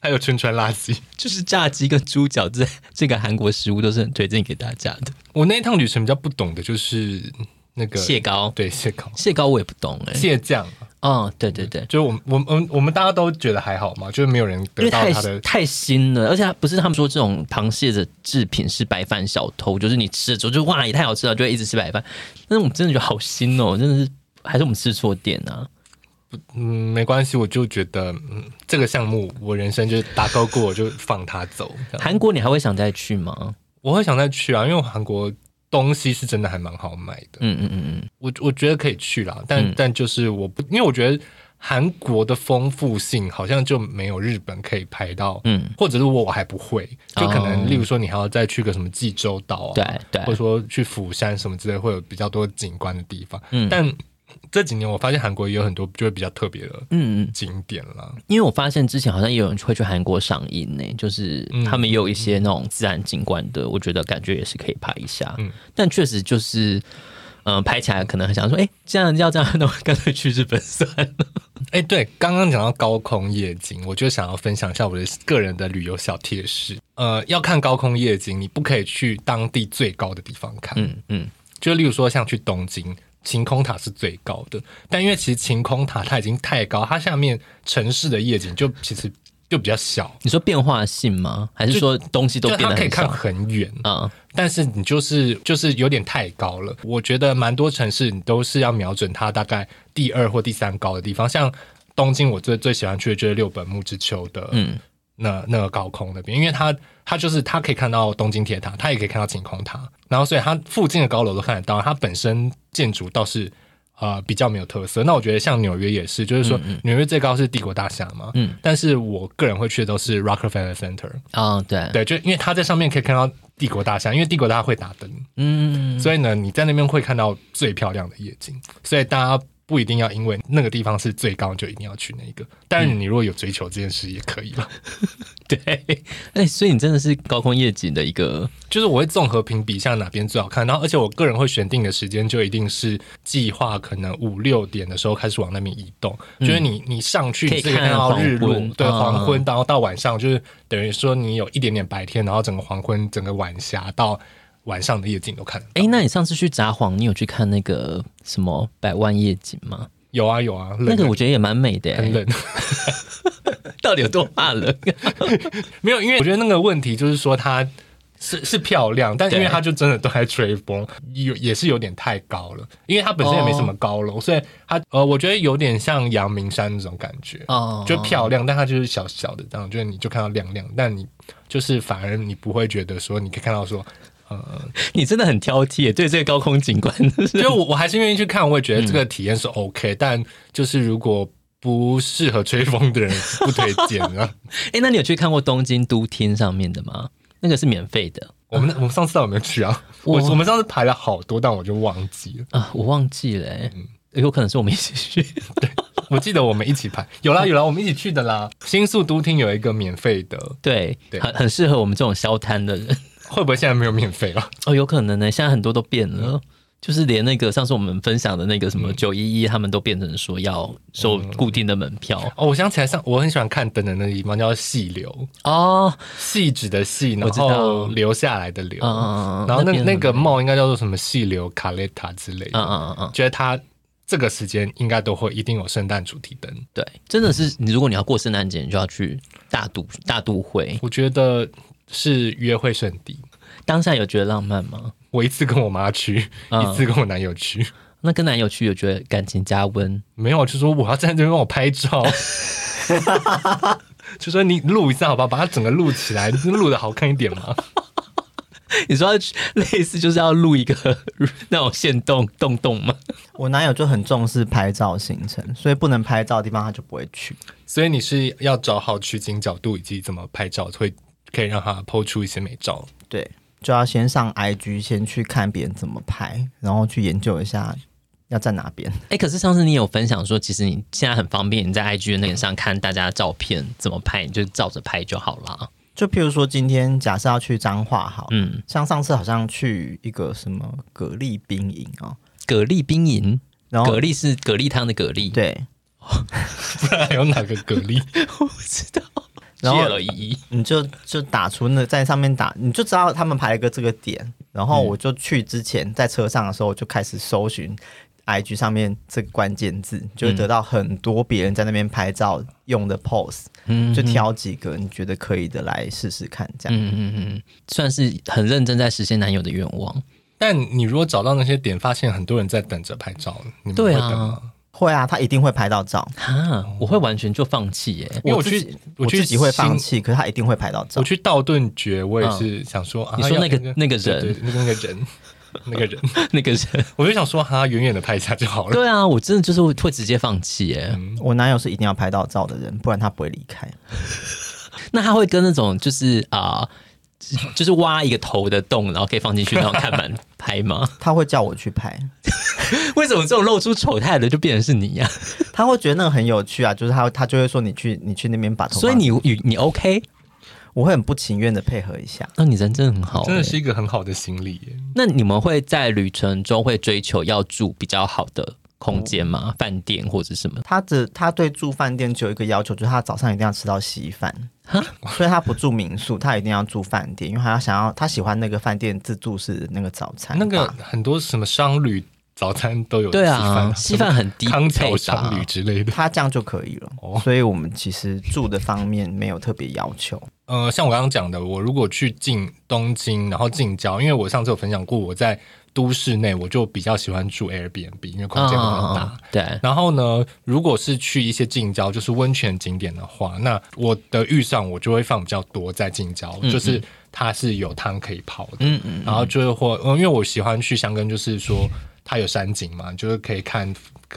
还有春川辣鸡。
就是炸鸡跟猪脚这 这个韩国食物都是很推荐给大家的。
我那一趟旅程比较不懂的就是那个
蟹，膏，
对蟹膏、
蟹膏我也不懂哎、
蟹酱啊，
哦，对对对，
就是我们我们我们我们大家都觉得还好嘛，就是没有人
因
得
为
到
太
它的。
太新了，而且它不是他们说这种螃蟹的制品是白饭小偷，就是你吃了之后就哇也太好吃了，就会一直吃白饭。但是我们真的觉得好新哦，真的是还是我们吃错店啊？
嗯，没关系，我就觉得嗯，这个项目我人生就是打勾过，我就放它走。这样
韩国你还会想再去吗？
我会想再去啊，因为韩国东西是真的还蛮好买的。
嗯嗯嗯嗯，
我我觉得可以去啦，但、
嗯
但就是我不，因为我觉得韩国的丰富性好像就没有日本可以排到，
嗯，
或者是我我还不会，就可能、
哦
例如说你还要再去个什么济州岛啊，
对
或者
对，
说去釜山什么之类，会有比较多景观的地方。
嗯
但这几年我发现韩国也有很多就会比较特别的
嗯嗯，
景点啦，
因为我发现之前好像也有人会去韩国赏樱呢，就是
嗯
他们也有一些那种自然景观的，我觉得感觉也是可以拍一下。
嗯
但确实就是，嗯、拍起来可能很想说，哎、这样要这样， 那我干脆去日本算了。
哎，对，刚刚讲到高空夜景，我就想要分享一下我的个人的旅游小贴士。呃，要看高空夜景，你不可以去当地最高的地方看，
嗯嗯，
就例如说像去东京，晴空塔是最高的，但因为其实晴空塔它已经太高，它下面城市的夜景就其实就比较小，
你说变化性吗？还是说东西都
就
变
它可
得
以
很
看
少？
很远，
啊、
但是你就是就是有点太高了。我觉得蛮多城市你都是要瞄准它大概第二或第三高的地方，像东京，我最最喜欢去的就是六本木之丘的，
嗯，
那那个高空那边，因为它它就是它可以看到东京铁塔，它也可以看到晴空塔，然后所以它附近的高楼都看得到，它本身建筑倒是呃比较没有特色。那我觉得像纽约也是，就是说纽约最高是帝国大厦嘛，
嗯，
但是我个人会去的都是 Rockefeller Center，
啊、对，
对，就因为它在上面可以看到帝国大厦，因为帝国大厦会打灯，
嗯，
所以呢你在那边会看到最漂亮的夜景，所以大家。不一定要因为那个地方是最高就一定要去那一个，但
嗯
是你如果有追求这件事也可以了。
对，哎、所以你真的是高空夜景的一个，
就是我会综合评比一下哪边最好看，然后而且我个人会选定的时间就一定是计划可能五六点的时候开始往那边移动，就是你你上去
嗯可以
你是可以
看
看到日落
黄昏，
对
嗯
黄昏，然后到晚上就是等于说你有一点点白天，然后整个黄昏、整个晚霞到晚上的夜景都看得到。
哎、那你上次去札幌，你有去看那个什么百万夜景吗？
有啊有啊，冷
那个我觉得也蛮美的、
很
欸，
冷，
到底有多怕冷？
没有，因为我觉得那个问题就是说它是是漂亮，但因为
对
它就真的都在吹风，有也是有点太高了，因为它本身也没什么高
哦
楼，所以它呃，我觉得有点像阳明山那种感觉，
哦
就漂亮，但它就是小小的，这样就是你就看到亮亮，但你就是反而你不会觉得说，你可以看到说，
你真的很挑剔耶，对这个高空景观，
就我我还是愿意去看，我也觉得这个体验是 OK，、但就是如果不适合吹风的人不推荐啊。
哎、那你有去看过东京都厅上面的吗？那个是免费的
我们我们上次到底有没有去啊？我
我
我们上次排了好多，但我就忘记了。
啊，我忘记了、欸，
嗯
有可能是我们一起去。
我记得我们一起排，有啦有啦，我们一起去的啦。新宿都厅有一个免费的，
对，
对
很很适合我们这种消摊的人
会不会现在没有免费了？
哦，有可能呢、现在很多都变了。
嗯
就是连那个上次我们分享的那个什么九一一，他们都变成说要收
嗯
固定的门票、
哦，我想起来上，我很喜欢看灯的那地方叫细流，
哦，
细指的细，然
我知道
后留下来的流，
嗯嗯嗯嗯
然后那
那边
那
很
个
美
梦应该叫做什么细流卡雷塔之类的，
嗯嗯嗯嗯，
觉得它这个时间应该都会一定有圣诞主题灯。
对，真的是你，如果你要过圣诞节，你就要去大都大都会。
我觉得是约会圣地。
当下有觉得浪漫吗？
我一次跟我妈去，
嗯
一次跟我男友去，
那跟男友去有觉得感情加温？
没有就说我要站在这边帮我拍照，就说你录一下好吧，把它整个录起来，录的好看一点嘛。
你说要去类似就是要录一个 那种线动洞洞吗？
我男友就很重视拍照行程，所以不能拍照的地方他就不会去。
所以你是要找好取景角度以及怎么拍照，会可以让他抛出一些美照。
对，就要先上 IG，先去看别人怎么拍，然后去研究一下要在哪边。
哎、可是上次你有分享说，其实你现在很方便，你在 IG 的那个上看大家的照片怎么拍，你就照着拍就好了。
就譬如说，今天假设要去彰化好，
嗯，
像上次好像去一个什么蛤蜊冰营哦，
蛤蜊冰饮，
然后
蛤蜊是蛤蜊汤的蛤蜊，，
对，
不然还有哪个蛤蜊？
我不知道。
然后
谢了依依，
你就就打出那在上面打，你就知道他们排了个这个点。然
嗯
后我就去之前在车上的时候，我就开始搜寻 IG 上面这个关键字，就会得到很多别人在那边拍照用的 pose，、
嗯
就挑几个你觉得可以的来试试看，这样。
嗯嗯嗯，算是很认真在实现男友的愿望。
但你如果找到那些点，发现很多人在等着拍照，你们会
对
等吗？
啊，
会啊，他一定会拍到照。
哈，我会完全就放弃耶、
因为我
自己
去
我
去
自己会放
新
弃，可是他一定会拍到照
我。去道顿崛，我也是想说，啊
你说
要
那个那
对
个
对
人
对那个那个人，那个人，
那个人，
我就想说，哈，远远的拍一下就好了。
对啊，我真的就是会会直接放弃耶、
我男友是一定要拍到照的人，不然他不会离开。
那他会跟那种就是啊、就是挖一个头的洞，然后可以放进去那种看板拍吗？
他会叫我去拍，
为什么这种露出丑态的就变成是你呀、
他会觉得那个很有趣啊，就是他他就会说你去你去那边把头 发。
所以你你你 OK？
我会很不情愿的配合一下。
那、你人真的很好、
真的
欸
是一个很好的行李耶。
那你们会在旅程中会追求要住比较好的空间吗？饭店或者什么？
他只他对住饭店只有一个要求，就是他早上一定要吃到稀饭
哈，
所以他不住民宿，他一定要住饭店，因为他想要他喜欢那个饭店自助式的那个早餐吧。
那个很多什么商旅早餐都有
对
稀饭
啊，稀饭很低
什么康
配
桥
的啊
商旅之类的。
他这样就可以了，
哦
所以我们其实住的方面没有特别要求。
呃，像我刚刚讲的，我如果去进东京，然后近郊，因为我上次有分享过，我在都市内我就比较喜欢住 Airbnb，因为空间比较大。
嗯嗯嗯对，
然后呢，如果是去一些近郊，就是温泉景点的话，那我的预算我就会放比较多在近郊，就是它是有汤可以泡的，
嗯嗯，
然后就是或、嗯、因为我喜欢去香根，就是说它有山景嘛，就是可以看，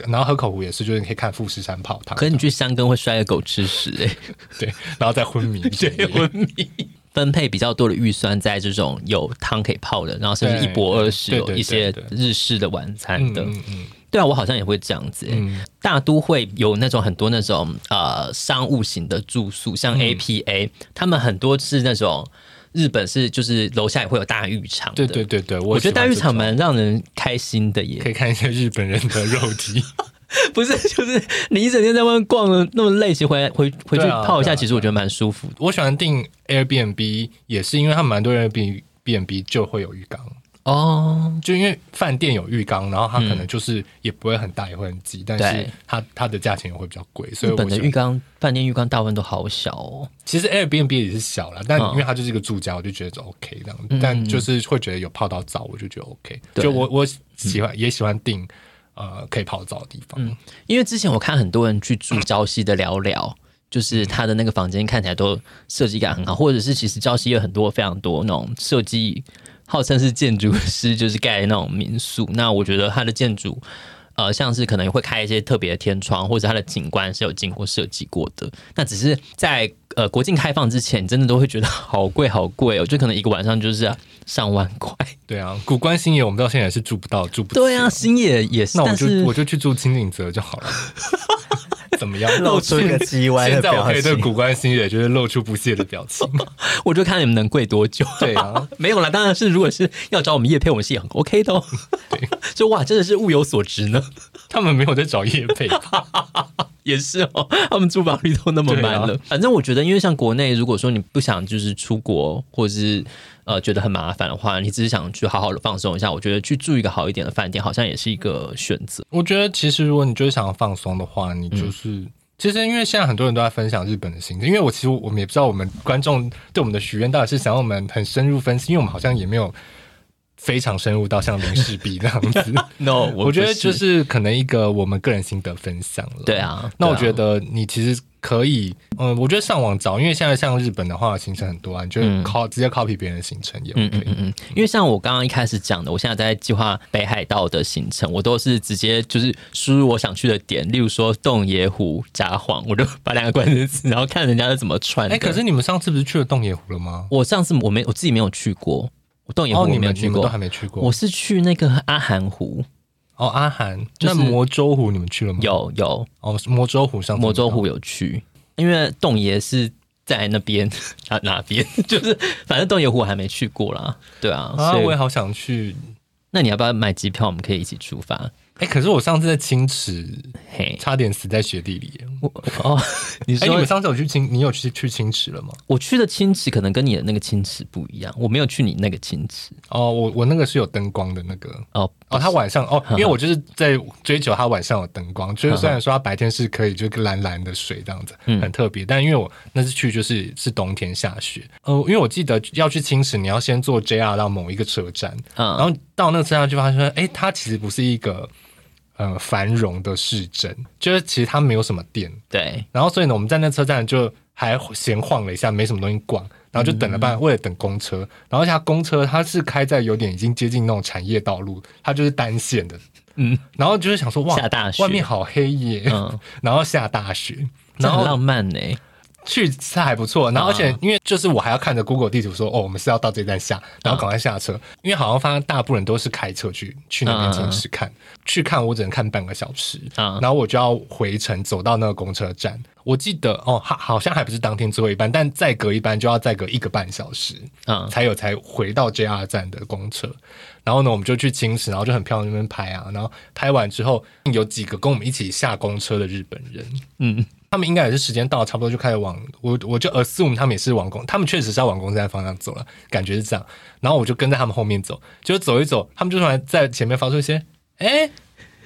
然后河口湖也是，就是你可以看富士山泡汤，
可是你去香根会摔个狗吃屎哎、
对，然后再昏迷， 对，昏迷，
分配比较多的预算在这种有汤可以泡的，然后甚至
对
一博二十
对
有
对
一些
对对
日式的晚餐
嗯
的。
嗯嗯，
对啊，我好像也会这样子、欸大都会有那种很多那种呃商务型的住宿，
嗯
像 APA，、他们很多是那种日本是就是楼下也会有大浴场
对
的。
对对对，我
我觉得大浴场
门
蛮让人开心的 耶
可，以看一些日本人的肉体，
不是就是你一整天在外面逛了那么累，其实回来回回去
对啊
泡一
对
下，
啊
其实我觉得蛮舒服的。
我喜欢订 Airbnb 也是因为他们蛮多 Airbnb 就会有浴缸。
哦，
就因为饭店有浴缸，然后它可能就是也不会很大，也会很挤，但是
嗯对
它它的价钱也会比较贵，所
日
以我
本的
想
浴缸、饭店浴缸大部分都好小哦。
其实 Airbnb 也是小啦，但
嗯
因为它就是一个住家，我就觉得就 OK 这样，但就是会觉得有泡到澡，我就觉得 OK。
对嗯
就我我喜欢、也喜欢订呃可以泡澡的地方，
因为之前我看很多人去住礁溪的聊聊，就是他的那个房间看起来都设计感很好，或者是其实礁溪有很多非常多那种设计，号称是建筑师，就是盖那种民宿。那我觉得它的建筑。呃，像是可能会开一些特别的天窗，或者它的景观是有经过设计过的。那只是在呃国境开放之前，你真的都会觉得好贵好贵哦，就可能一个晚上就是上万块。
对啊，古关新野我们到现在也是住不到，住不起
对啊，，星野也是，
那我
但
就是我就去住清景泽就好 了。怎么样？
露出一个叽歪的
现在我
表
可以对
情。
古关新野就是露出不屑的表 情。
我就看你们能跪多 久。
对啊，
没有啦，当然是如果是要找我们叶配，我们是也很 OK 的、哦。
对，
就哇，真的是物有所值呢，
他们没有在找叶配吧，
也是哦。他们珠宝率都那么满了，
对
反正我觉得，因为像国内，如果说你不想就是出国，或者是呃觉得很麻烦的话，你只是想去好好的放松一下，我觉得去住一个好一点的饭店，好像也是一个选择。
我觉得其实如果你就是想要放松的话，你
嗯
就是、其实因为现在很多人都在分享日本的行程，因为我其实我们也不知道我们观众对我们的许愿到底是想要我们很深入分析，因为我们好像也没有非常深入到像林氏璧那样 子。
No，
我觉得就是可能一个我们个人心得分享了。
对啊。
那我
对啊
觉得你其实可以，嗯，我觉得上网找，因为现在像日本的话行程很多啊，你就
嗯
copy、直接 copy 别人的行程也 OK
嗯。嗯嗯嗯，因为像我刚刚一开始讲的，我现在在计划北海道的行程，我都是直接就是输入我想去的点，例如说洞爷湖、札幌，我就把两个关键词，然后看人家是怎么串
哎、
的。
可是你们上次不是去了洞爷湖了吗？
我上次我没我自己没有去过，我洞爷湖
哦，
我
你
没有
们你
去
们
过，
都还没去过。
我是去那个阿寒湖，
哦，阿寒，
就
那
是
魔州湖你们去了吗？
有有
哦，魔州湖上次
魔州
没
湖有去，因为洞爷是。在那边 哪哪边，就是反正洞爷湖我还没去过啦，对啊，
有啊，
所
我也
以
好想去。
那你要不要买机票？我们可以一起出发。
哎、可是我上次在青池
嘿，
差点死在雪地里耶。
我 哦，你
哎、
说
你们上次有去青，你有去去青池了吗？
我去的青池可能跟你的那个青池不一样，我没有去你那个青池
哦，我我那个是有灯光的那个。
哦。
哦，它晚上哦，
嗯
因为我就是在追求它晚上有灯光，就是虽然说它白天是可以就是蓝蓝的水这样子，
嗯
很特别，但因为我那次去就是是冬天下雪，呃，因为我记得要去青石，你要先坐 JR 到某一个车站，
嗯，
然后到那个车站就发现，哎，它其实不是一个呃繁荣的市镇，就是其实它没有什么店，
对，
然后所以呢，我们在那车站就还闲晃了一下，没什么东西逛，然后就
嗯
等了半，为了等公车，然后而且它公车它是开在有点已经接近那种产业道路，它就是单线的，
嗯，
然后就是想说哇
下，大雪，
外面好黑耶，
嗯，
然后下大雪，
这
然
很
后
浪漫呢、
去是还不错，然后而且
啊
因为就是我还要看着 Google 地图说，哦，我们是要到这站下，然
啊
后赶快下车，因为好像发现大部分人都是开车去去那边城市看，去看我只能看半个小时，
啊
然后我就要回程走到那个公车站。我记得哦，好，好像还不是当天最后一班，但再隔一班就要再隔一个半小时
嗯
才有才回到 JR 站的公车。然后呢，我们就去青石，然后就很漂亮那边拍啊，然后拍完之后有几个跟我们一起下公车的日本人，
嗯，
他们应该也是时间到了，差不多就开始往我我就 assume 他们也是往公，他们确实是要往公山方向走了，感觉是这样。然后我就跟在他们后面走，就走一走，他们就突然在前面发出一些哎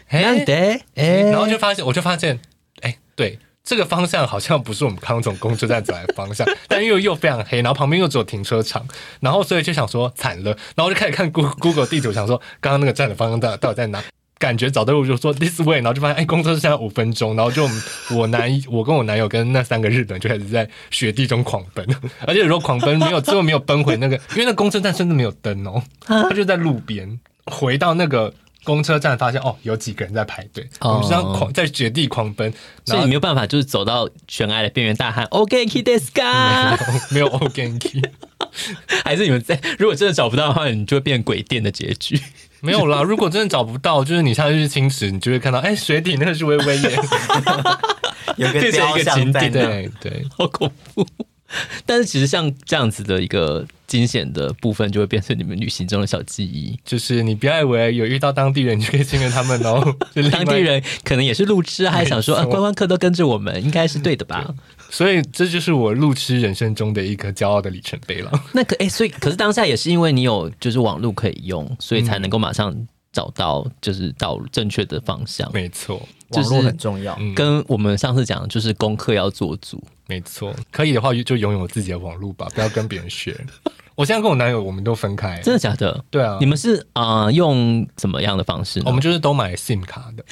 哎、
难得哎，
然后就发现我就发现哎、对。这个方向好像不是我们刚从公车站走来的方向，但又又非常黑，然后旁边又只有停车场，然后所以就想说惨了，然后我就开始看 Google Google 地图，想说刚刚那个站的方向到到底在哪？感觉找到路就说 this way，然后就发现哎，公车现在五分钟，然后就我们我男我跟我男友跟那三个日本人就开始在雪地中狂奔，而且有时候狂奔没有最后没有奔回那个， 因为那公车站甚至没有灯哦，他就在路边回到那个公车站，发现哦有几个人在排队，我
哦
们就这样狂在雪地狂奔，
所
然
以
后
你没有办法就是走到悬崖的边缘大喊 “OK, k i d e s k a
没有 o g a n k
还是你们在如果真的找不到的话，你就会变鬼店的结局。
没有啦，如果真的找不到，就是你下次去青石，你就会看到，哎、水底那 个是微微耶，
有个
变成一
雕
个
像
景
在
点
那，
对对，
好恐怖！但是其实像这样子的一个惊险的部分，就会变成你们旅行中的小记忆。
就是你不要以为有遇到当地人你就可以信任他们哦，就另外
当地。人可能也是路痴啊，还想说
没
啊，
错
观光客都跟着我们，应该是对的吧？
所以这就是我路痴人生中的一个骄傲的里程碑了。
那可哎、所以可是当下也是因为你有就是网络可以用，所以
嗯
才能够马上找到就是道正确的方向。
没错，
就
网
是
络很重要。
嗯
跟我们上次讲，的就是功课要做足。
没错，可以的话就拥有自己的网络吧，不要跟别人学。 我现在跟我男友我们都分开，
真的假的？
对啊
你，们是啊、呃用怎么样的方式呢？
我们就是都买 SIM 卡的。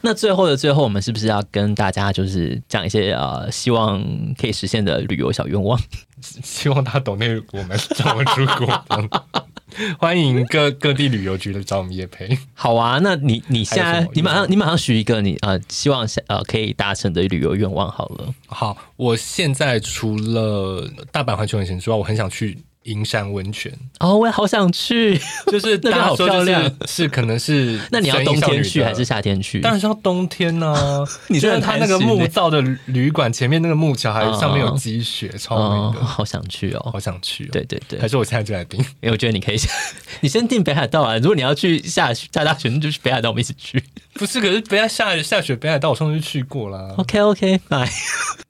那最后的最后，我们是不是要跟大家就是讲一些呃，希望可以实现的旅游小愿望？
希望他懂那我们找我出国这样， 欢迎各各地旅游局的找我们叶培。
好啊，那你你现
还有什么
在你马
愿
上
望
你马上许一个你呃，希望下呃可以达成的旅游愿望好了。
好，我现在除了大阪环球影城之外，我很想去银山温泉，
哦，我也好想去。
就是
那边
大家
好
说
漂
就是
亮
是可能是
那你要
神
冬天
隐少女
去
的
还是？夏天去？
当然是要冬天呢、
你
就
真
是
的很
他那个
贪心
木
欸
造的旅馆前面那个木桥，还有上面有
嗯
积雪，超
哦
美，的，
好想去哦。
好想去、哦。
对，对对，
还是我现在就来订。
因为我觉得你可以先， 你先订北海道啊。如果你要去下下大雪，那就是北海道，我们一起去。
不是，可是北海下下雪，北海道我上次去过啦。
OK OK，拜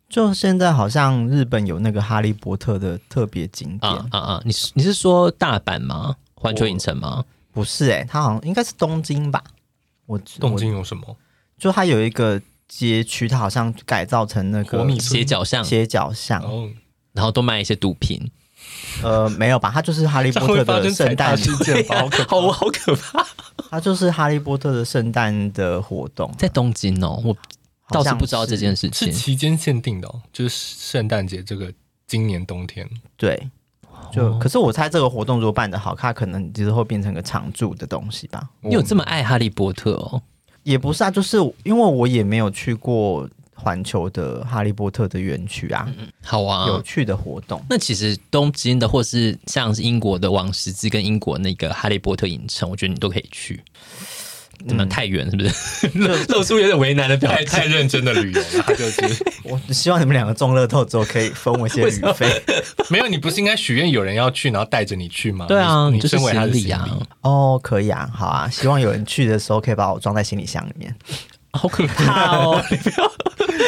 就现在好像日本有那个哈利波特的特别景点，
啊啊啊！你是你是说大阪吗？环球影城吗？
不是哎、它好像应该是东京吧？我
东京有什么？
我就它有一个街区，它好像改造成那
活
个
米村
斜角巷，
斜角巷，
哦，
然后都卖一些毒品，
呃，没有吧？它就是哈 利
这
波
样
特
会发
的
生踩
圣
踏
诞，
事件吧？好可怕！
好好可怕，
它就是哈利波特的圣诞的活动，
在东京哦，我
好
倒是
像
不知道这件
是。
事情
是。期间限定的、哦，就是圣诞节这个今年冬天。
对，
哦
就、可是我猜这个活动如果办得好，它可能之后变成个常驻的东西吧。
你有这么爱哈利波特哦？
也不是啊，就是因为我也没有去过环球的哈利波特的园区啊，
嗯
好
有
啊。
趣的活动。
那其实东京的，或是像是英国的王十字跟英国那个哈利波特影城，我觉得你都可以去。怎么样太远是不是？ 露露出有点为难的表
太
情。
太认真的旅游了，他就是
我希望你们两个中乐透之后可以分我一些旅费
没有。你不是应该许愿有人要去，然后带着你去吗？
对啊，
你
你就是
身为他的行
行李
李
啊，
哦，可以啊，好啊，希望有人去的时候可以把我装在行李箱里面。
好 可怕哦！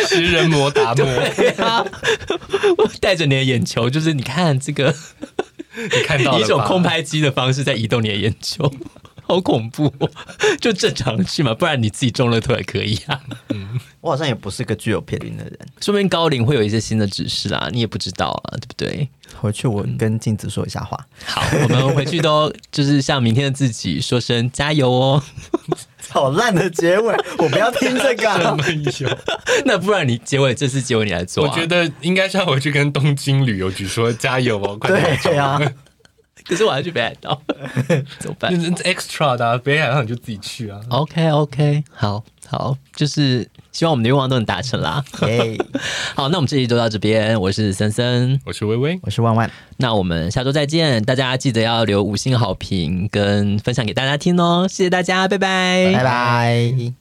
食人魔达摩，
对啊，我带着你的眼球，就是你看这 个，
你看到
以一
了
种
吧？
空拍机的方式在移动你的眼球，好恐怖、哦！就正常去嘛，不然你自己中乐透也可以啊。
我好像也不是个具有偏见的人。
说不定高龄会有一些新的指示啦，你也不知道啊，对不对？
回去我跟镜子说一下话，
好，我们回去都就是向明天的自己说声加油哦。
好烂的结尾，我不要听这个
这
啊。
么有，
那不然你结尾这次结尾你来做、
我
啊，
觉。得应该是要回去跟东京旅游局说加油哦，快点
对啊，
可是我要去北海道， 怎么办
那？那 extra 的、啊，北海道你就自己去啊。
OK OK，好好，就是希望我们的愿望都能达成啦。
耶，
好，那我们这期就到这边，我是森森，
我是微微，
我是万万，
那我们下周再见，大家记得要
哎
留五星好评跟分享给大家听哦，谢谢大家，拜拜，
拜拜。